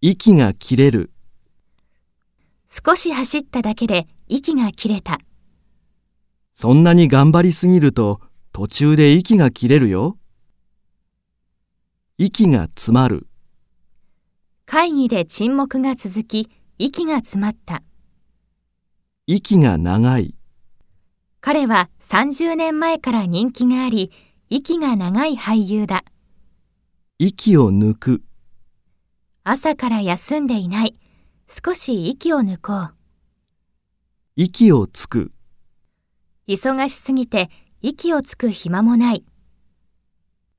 息が切れる、少し走っただけで息が切れた。そんなに頑張りすぎると途中で息が切れるよ。息が詰まる、会議で沈黙が続き、息が詰まった。息が長い、彼は30年前から人気があり、息が長い俳優だ。息を抜く、朝から休んでいない。少し息を抜こう。息をつく、忙しすぎて息をつく暇もない。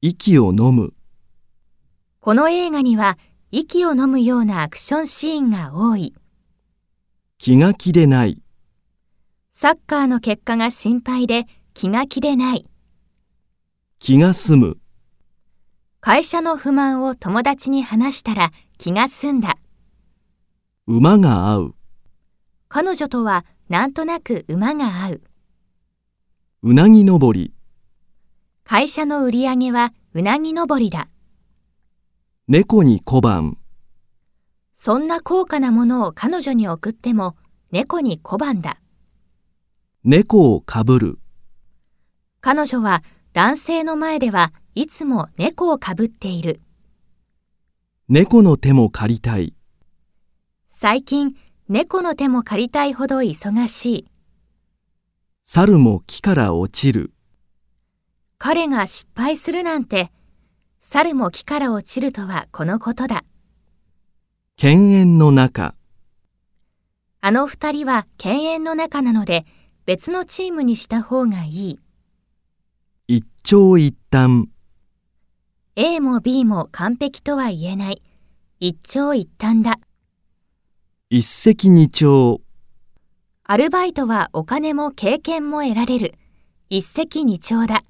息を飲む、この映画には息を飲むようなアクションシーンが多い。気が気でない、サッカーの結果が心配で気が気でない。気が済む、会社の不満を友達に話したら気が済んだ。馬が合う、彼女とはなんとなく馬が合う。うなぎ登り、会社の売り上げはうなぎ登りだ。猫に小判、そんな高価なものを彼女に送っても猫に小判だ。猫をかぶる、彼女は男性の前ではいつも猫をかぶっている。猫の手も借りたい、最近、猫の手も借りたいほど忙しい。猿も木から落ちる、彼が失敗するなんて、猿も木から落ちるとはこのことだ。犬猿の中、あの二人は犬猿の中なので、別のチームにした方がいい。一長一短、 A も B も完璧とは言えない。一長一短だ。一石二鳥、アルバイトはお金も経験も得られる。一石二鳥だ。